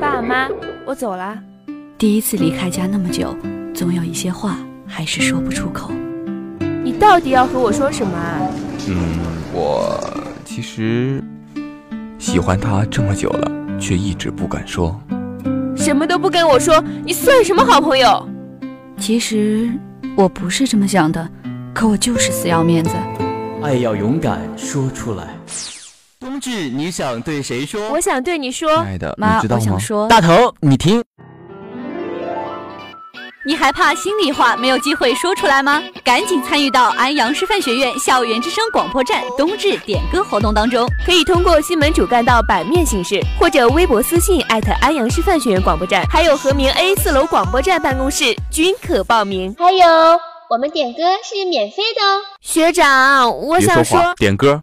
爸妈，我走了。第一次离开家那么久，总有一些话还是说不出口。你到底要和我说什么啊？嗯，我其实喜欢他这么久了，却一直不敢说。什么都不跟我说，你算什么好朋友？其实我不是这么想的，可我就是死要面子。爱要勇敢说出来。冬至你想对谁说？我想对你亲说，爱的，你妈，知道我吗想？说，大头，你听，你还怕心里话没有机会说出来吗？赶紧参与到安阳师范学院校园之声广播站冬至点歌活动当中。可以通过西门主干道版面形式，或者微博私信艾特安阳师范学院广播站，还有和明 A 四楼广播站办公室均可报名。还有，我们点歌是免费的哦。学长，我别想说话，点歌。